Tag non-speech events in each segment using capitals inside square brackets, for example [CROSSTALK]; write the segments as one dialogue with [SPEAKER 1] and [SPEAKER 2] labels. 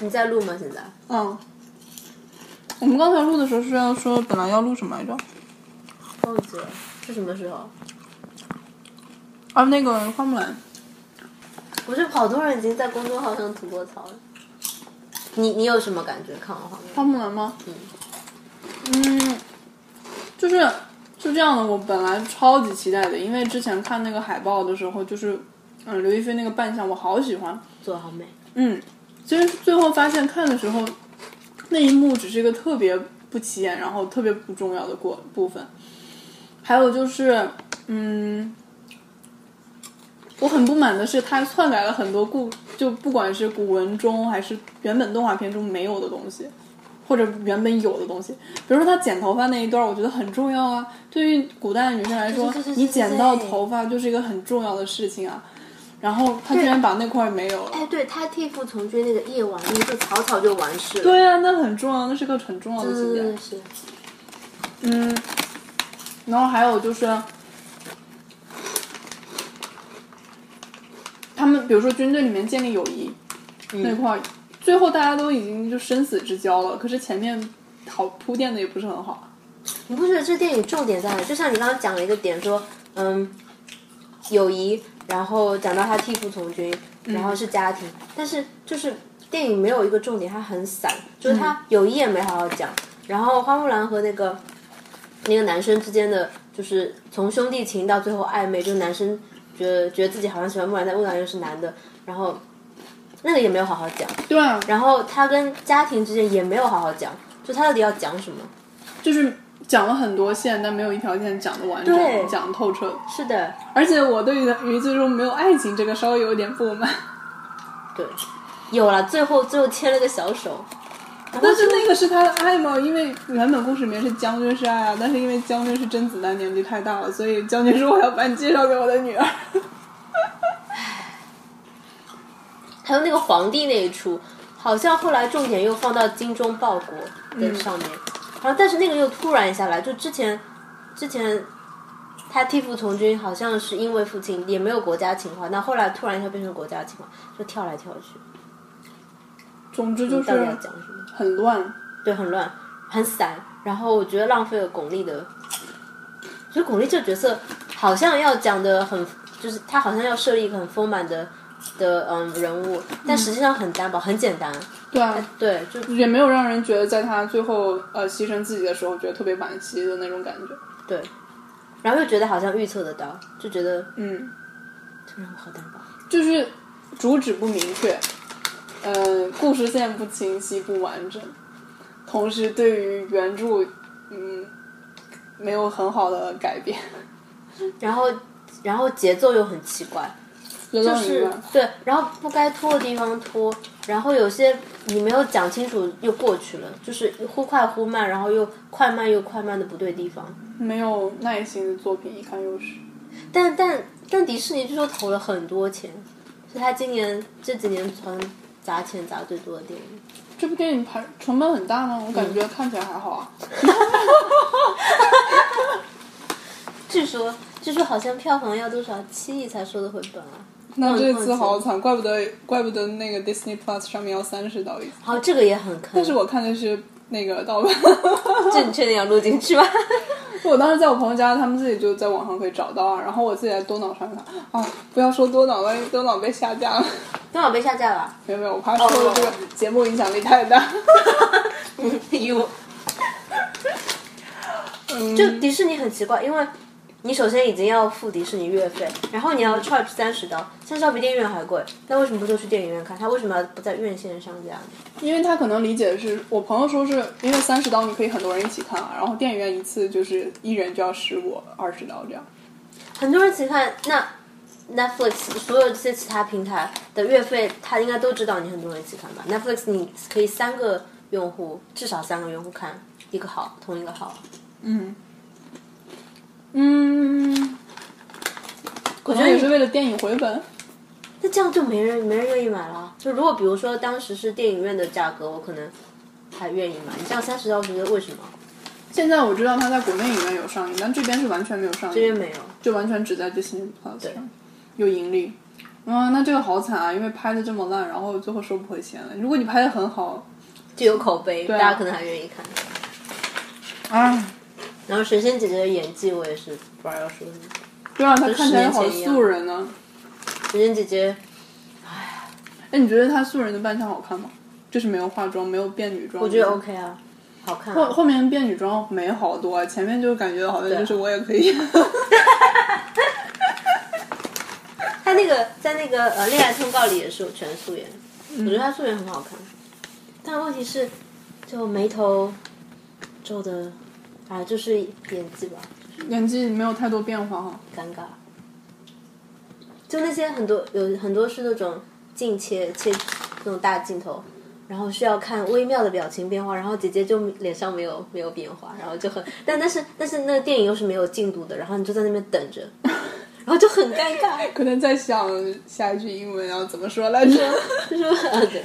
[SPEAKER 1] 你在录吗？现在？
[SPEAKER 2] 嗯，我们刚才录的时候是要说本来要录什么来着？
[SPEAKER 1] 忘记了是什么时候？
[SPEAKER 2] 啊，那个花木兰。
[SPEAKER 1] 不是，好多人已经在公众号上吐过槽了。你你有什么感觉？看完画面？
[SPEAKER 2] 花木兰吗？嗯，就是是这样的，我本来超级期待的，因为之前看那个海报的时候，就是嗯刘亦菲那个扮相，我好喜欢。
[SPEAKER 1] 做得好美。
[SPEAKER 2] 嗯，其实最后发现看的时候，那一幕只是一个特别不起眼，然后特别不重要的过部分。还有就是，嗯，我很不满的是，他篡改了很多故，就不管是古文中还是原本动画片中没有的东西，或者原本有的东西。比如说他剪头发那一段，我觉得很重要啊。对于古代的女生来说
[SPEAKER 1] 对对对，对
[SPEAKER 2] 你剪到
[SPEAKER 1] 对
[SPEAKER 2] 头发就是一个很重要的事情啊。然后他居然把那块儿没有了。
[SPEAKER 1] 哎，对他替父从军那个夜晚，那就草草就完事了。
[SPEAKER 2] 对啊，那很重要，那是个很重要的
[SPEAKER 1] 嗯，
[SPEAKER 2] 节点。
[SPEAKER 1] 是。
[SPEAKER 2] 嗯，然后还有就是，他们比如说军队里面建立友谊、那块儿，最后大家都已经就生死之交了，可是前面好铺垫的也不是很好。
[SPEAKER 1] 你不觉得这电影重点在哪？就像你刚刚讲了一个点，说嗯，友谊，然后讲到他替父从军，然后是家庭，但是就是电影没有一个重点，它很散，就是他友谊也没好好讲，然后花木兰和那个那个男生之间的，就是从兄弟情到最后暧昧，就是男生觉得觉得自己好像喜欢木兰，但木兰又是男的，然后那个也没有好好讲，
[SPEAKER 2] 对啊，
[SPEAKER 1] 然后他跟家庭之间也没有好好讲，就他到底要讲什么？
[SPEAKER 2] 就是讲了很多线，但没有一条线讲的完整
[SPEAKER 1] 对、
[SPEAKER 2] 讲得透彻。
[SPEAKER 1] 是的，
[SPEAKER 2] 而且我对于最终没有爱情这个稍微有点不满，
[SPEAKER 1] 对，有了，最后最后牵了个小手，
[SPEAKER 2] 但是那个是他的爱吗？因为原本故事里面是将军是爱啊，但是因为将军是甄子丹年纪太大了，所以将军说我要把你介绍给我的女儿。
[SPEAKER 1] 还有那个皇帝那一出，好像后来重点又放到精忠报国的上面，然后但是那个又突然一下来，就之前之前他替父从军，好像是因为父亲也没有国家情怀，那后来突然一下变成国家情怀，就跳来跳去，
[SPEAKER 2] [LAUGHS] 总之就是
[SPEAKER 1] 到底要讲什么？
[SPEAKER 2] 很乱，
[SPEAKER 1] 对，很乱，很散，然后我觉得浪费了巩俐的，所以巩俐这个角色好像要讲的很，就是她好像要设立一个很丰满的的嗯人物，但实际上很单薄，很简单，
[SPEAKER 2] 对啊，
[SPEAKER 1] 对，就
[SPEAKER 2] 也没有让人觉得在他最后呃牺牲自己的时候觉得特别惋惜的那种感觉。
[SPEAKER 1] 对，然后又觉得好像预测得到，就觉得
[SPEAKER 2] 嗯，
[SPEAKER 1] 这人物好单薄，
[SPEAKER 2] 就是主旨不明确，呃，故事线不清晰不完整，同时对于原著嗯没有很好的改变， [LAUGHS]
[SPEAKER 1] 然后然后节奏又很奇怪，
[SPEAKER 2] 就
[SPEAKER 1] 就是对，然后不该拖的地方拖，然后有些你没有讲清楚又过去了，就是忽快忽慢，然后又快慢又快慢的不对地方。
[SPEAKER 2] 没有耐心的作品，一看又是。
[SPEAKER 1] 但但但迪士尼据说投了很多钱，是他今年这几年好像砸钱砸最多的电影。
[SPEAKER 2] 这部电影拍成本很大吗？我感觉看起来还好啊。
[SPEAKER 1] 据说据说好像票房要多少七亿才收得回本啊？
[SPEAKER 2] 那
[SPEAKER 1] 忘
[SPEAKER 2] 这
[SPEAKER 1] 忘记
[SPEAKER 2] 次
[SPEAKER 1] 了
[SPEAKER 2] 好惨，怪不得怪不得那个 Disney Plus 上面要三十刀一次。
[SPEAKER 1] 好，哦这个也很坑。但
[SPEAKER 2] 但是我看的是那个盗版， [LAUGHS]
[SPEAKER 1] 这你确定要录进去吗？
[SPEAKER 2] 我当时在我朋友家，他们自己就在网上可以找到啊。然后我自己在多脑上看啊，不要说多脑了，多脑被下架了。
[SPEAKER 1] 多少被下架了？
[SPEAKER 2] 没有没有，我怕说的这个节目影响力太大。
[SPEAKER 1] [LAUGHS] 有。就迪士尼很奇怪，因为你首先已经要付迪士尼月费，然后你要 charge 三十刀，三十刀比电影院还贵，那为什么不就去电影院看？他为什么要不在院线上架呢？
[SPEAKER 2] 因为他可能理解的是，我朋友说是因为三十刀你可以很多人一起看啊，然后电影院一次就是一人就要十五、二十刀这样。
[SPEAKER 1] 很多人其实看那 Netflix 所有这些其他平台的月费，他应该都知道你很多人一起看吧？Netflix 你可以三个用户，至少三个用户看一个号，同一个号。
[SPEAKER 2] 嗯，嗯，可能
[SPEAKER 1] 觉得
[SPEAKER 2] 也
[SPEAKER 1] 你
[SPEAKER 2] 是为了电影回本。
[SPEAKER 1] 那这样就没人没人愿意买了。就如果比如说当时是电影院的价格，我可能还愿意买。你这样三十刀，我觉得为什么
[SPEAKER 2] 现在我知道它在国内影院有上映，但这边是完全没有上映，
[SPEAKER 1] 这边没有？
[SPEAKER 2] 就完全只在 Disney Plus 上有盈利。啊，那这个好惨啊，因为拍的这么烂，然后最后收不回钱了。如果你拍的很好，
[SPEAKER 1] 就有口碑，大家可能还愿意看。
[SPEAKER 2] 啊，
[SPEAKER 1] 然后神仙姐姐的演技，我也是不知道要说什么。
[SPEAKER 2] 对啊，他看起来好
[SPEAKER 1] 跟十年前一样
[SPEAKER 2] 素人呢、
[SPEAKER 1] 神仙姐姐
[SPEAKER 2] 哎，你觉得他素人的扮相好看吗？就是没有化妆，没有变女装。
[SPEAKER 1] 我觉得 OK 啊，好看啊、
[SPEAKER 2] 后后面变女装没好多，啊前面就感觉好像就是我也可 [LAUGHS] 以。
[SPEAKER 1] 他那个在那个呃《恋爱通告》里也是有全素颜，我觉得他素颜很好看，但问题是就眉头皱的啊，就是演技吧，
[SPEAKER 2] 演技没有太多变化哈。
[SPEAKER 1] 尴尬。就那些很多有很多是那种近切切那种大镜头，然后需要看微妙的表情变化，然后姐姐就脸上没有没有变化，然后就很但但是但是那个电影又是没有进度的，然后你就在那边等着，然后就很尴尬，
[SPEAKER 2] 可能在想下一句英文要怎么说来 [LAUGHS] 着？
[SPEAKER 1] 就是啊对。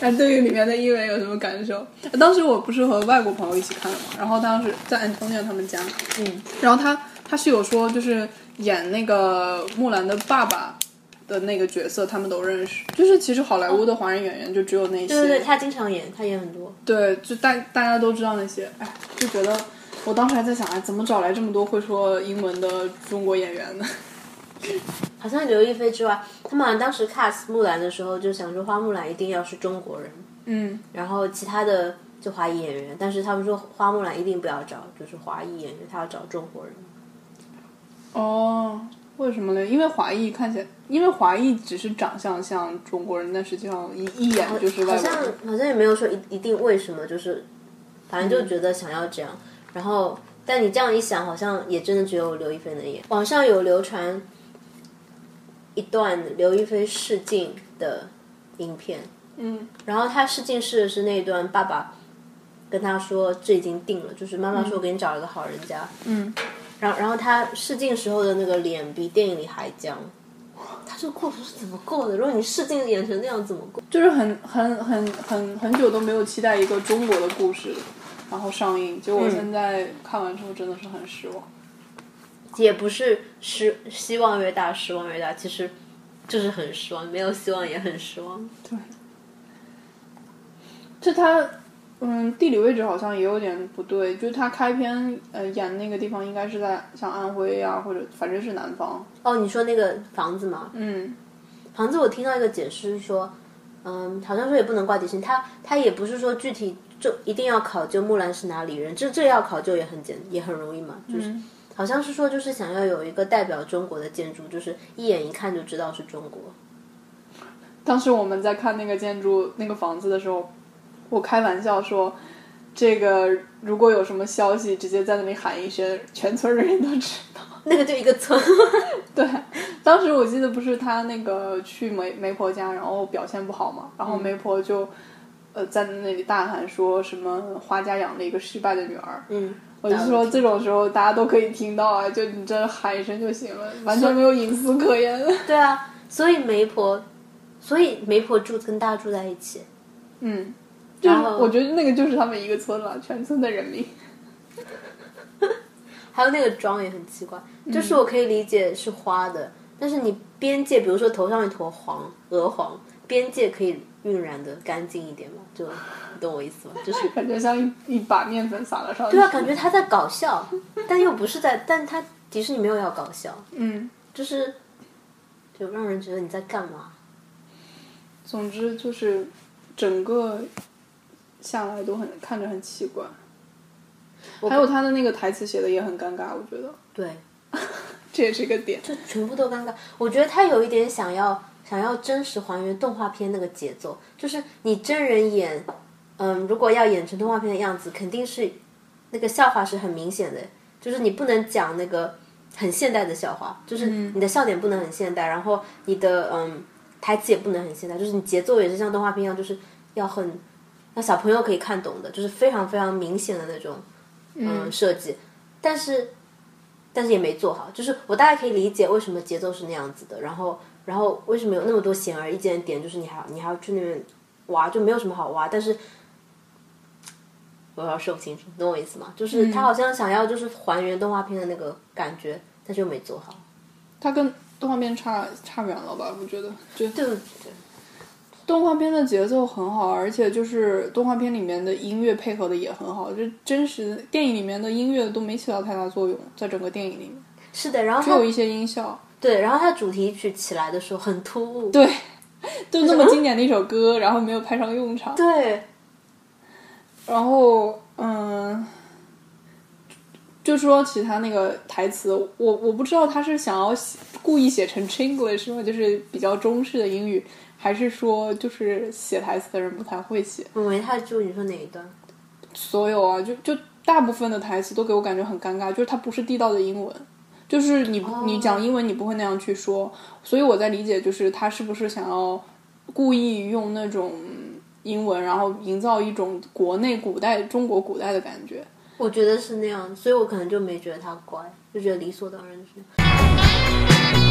[SPEAKER 2] 那对于里面的英文有什么感受？当时我不是和外国朋友一起看的嘛，然后当时在 Antonia 他们家，
[SPEAKER 1] 嗯，
[SPEAKER 2] 然后他他是有说就是演那个木兰的爸爸的那个角色，他们都认识。就是其实好莱坞的华人演员就只有那些，
[SPEAKER 1] 对对对，他经常演，他演很多。
[SPEAKER 2] 对，就大大家都知道那些，哎，就觉得我当时还在想，哎，怎么找来这么多会说英文的中国演员呢？
[SPEAKER 1] 好像刘亦菲之外，他们好像当时 cast 木兰的时候就想说花木兰一定要是中国人，
[SPEAKER 2] 嗯，
[SPEAKER 1] 然后其他的就华裔演员，但是他们说花木兰一定不要找就是华裔演员，他要找中国人。
[SPEAKER 2] 哦，为什么呢？因为华裔看起来，因为华裔只是长相像中国人，但实际上一一眼就是
[SPEAKER 1] 好
[SPEAKER 2] 外国
[SPEAKER 1] 像
[SPEAKER 2] 人。
[SPEAKER 1] 好像也没有说一一定为什么，就是反正就觉得想要这样。然后，但你这样一想，好像也真的只有刘亦菲能演。网上有流传一段刘亦菲试镜的影片，
[SPEAKER 2] 嗯，
[SPEAKER 1] 然后他试镜试的是那一段，爸爸跟他说这已经定了，就是妈妈说我给你找了个好人家。
[SPEAKER 2] 嗯，
[SPEAKER 1] 然后然后他试镜时候的那个脸比电影里还僵。他这个过程是怎么过的？如果你试镜演成那样，怎么过？
[SPEAKER 2] 就是很很很很很久都没有期待一个中国的故事，然后上映，结果现在看完之后真的是很失望。
[SPEAKER 1] 也不是失希望越大失望越大，其实就是很失望，没有希望也很失望。
[SPEAKER 2] 对，这他嗯地理位置好像也有点不对，就是他开篇呃演那个地方应该是在像安徽啊，或者反正是南方。
[SPEAKER 1] 哦，你说那个房子吗？
[SPEAKER 2] 嗯，
[SPEAKER 1] 房子我听到一个解释说，嗯，好像说也不能挂底薪，他他也不是说具体就一定要考究木兰是哪里人，这这要考究也很简也很容易嘛，就是、好像是说就是想要有一个代表中国的建筑，就是一眼一看就知道是中国。
[SPEAKER 2] 当时我们在看那个建筑那个房子的时候，我开玩笑说。这个如果有什么消息，直接在那里喊一声，全村人都知道。 [LAUGHS]
[SPEAKER 1] [LAUGHS] 那个就一个村，
[SPEAKER 2] 对，当时我记得不是他那个去媒媒婆家，然后表现不好嘛，
[SPEAKER 1] 嗯
[SPEAKER 2] 然后媒婆就、呃在那里大喊说什么花家养了一个失败的女儿。
[SPEAKER 1] 嗯，
[SPEAKER 2] 我就说这种时候大家都可以听到啊，就你这喊一声就行了，完全没有隐私可言。
[SPEAKER 1] 对啊，所以媒婆，所以媒婆住跟大家住在一起，
[SPEAKER 2] 嗯，就是
[SPEAKER 1] 然后
[SPEAKER 2] [LAUGHS] 我觉得那个就是他们一个村了，全村的人民。
[SPEAKER 1] 还有那个妆也很奇怪，就是我可以理解是花的，但是你边界，比如说头上一坨黄鹅黄，边界可以晕染的干净一点嘛，就你懂我意 [LAUGHS] 思吗？就是
[SPEAKER 2] 感觉像一一把面粉撒了上去。
[SPEAKER 1] 对啊，感觉他在搞笑，但又不是在，但他迪士尼没有要搞笑，
[SPEAKER 2] 嗯，
[SPEAKER 1] 就是就让人觉得你在干嘛？
[SPEAKER 2] 总之就是整个下来都很看着很奇怪。
[SPEAKER 1] 我
[SPEAKER 2] 还有他的那个台词写的也很尴尬，我觉得
[SPEAKER 1] 对，
[SPEAKER 2] 这也是一个点。
[SPEAKER 1] 就全部都尴尬。我觉得他有一点想要想要真实还原动画片那个节奏，就是你真人演，嗯，如果要演成动画片的样子，肯定是那个笑话是很明显的，就是你不能讲那个很现代的笑话，就是你的笑点不能很现代，然后你的嗯台词也不能很现代，就是你节奏也是像动画片一样，就是要很让小朋友可以看懂的，就是非常非常明显的那种嗯设计，但是但是也没做好，就是我大概可以理解为什么节奏是那样子的，然后然后为什么有那么多显而易见的点，就是你还要你还要去那边挖，就没有什么好挖，但是。我要说不清楚，懂我意思吗？
[SPEAKER 2] 嗯
[SPEAKER 1] 就是他好像想要就是还原动画片的那个感觉，但是又没做好。
[SPEAKER 2] 他跟动画片差差远了吧？我觉得，就
[SPEAKER 1] 对对
[SPEAKER 2] 动画片的节奏很好，而且就是动画片里面的音乐配合的也很好，就真实电影里面的音乐都没起到太大作用，在整个电影里面
[SPEAKER 1] 是的。然后
[SPEAKER 2] 只
[SPEAKER 1] 它
[SPEAKER 2] 有一些音效，
[SPEAKER 1] 对，然后它主题曲起来的时候很突兀，
[SPEAKER 2] 对，就那么经典的一首歌，然后没有派上用场，
[SPEAKER 1] 对
[SPEAKER 2] 然后嗯。就说起他那个台词，我我不知道他是想要写故意写成 Chinglish 吗？就是比较中式的英语，还是说就是写台词的人不太会写？
[SPEAKER 1] 我没太注意你说哪一段。
[SPEAKER 2] 所有啊，就就大部分的台词都给我感觉很尴尬，就是它不是地道的英文，就是你、你讲英文你不会那样去说，所以我在理解就是他是不是想要故意用那种英文，然后营造一种国内古代中国古代的感觉。
[SPEAKER 1] 我觉得是那样，所以我可能就没觉得他乖，就觉得理所当然是那样。
[SPEAKER 3] Thank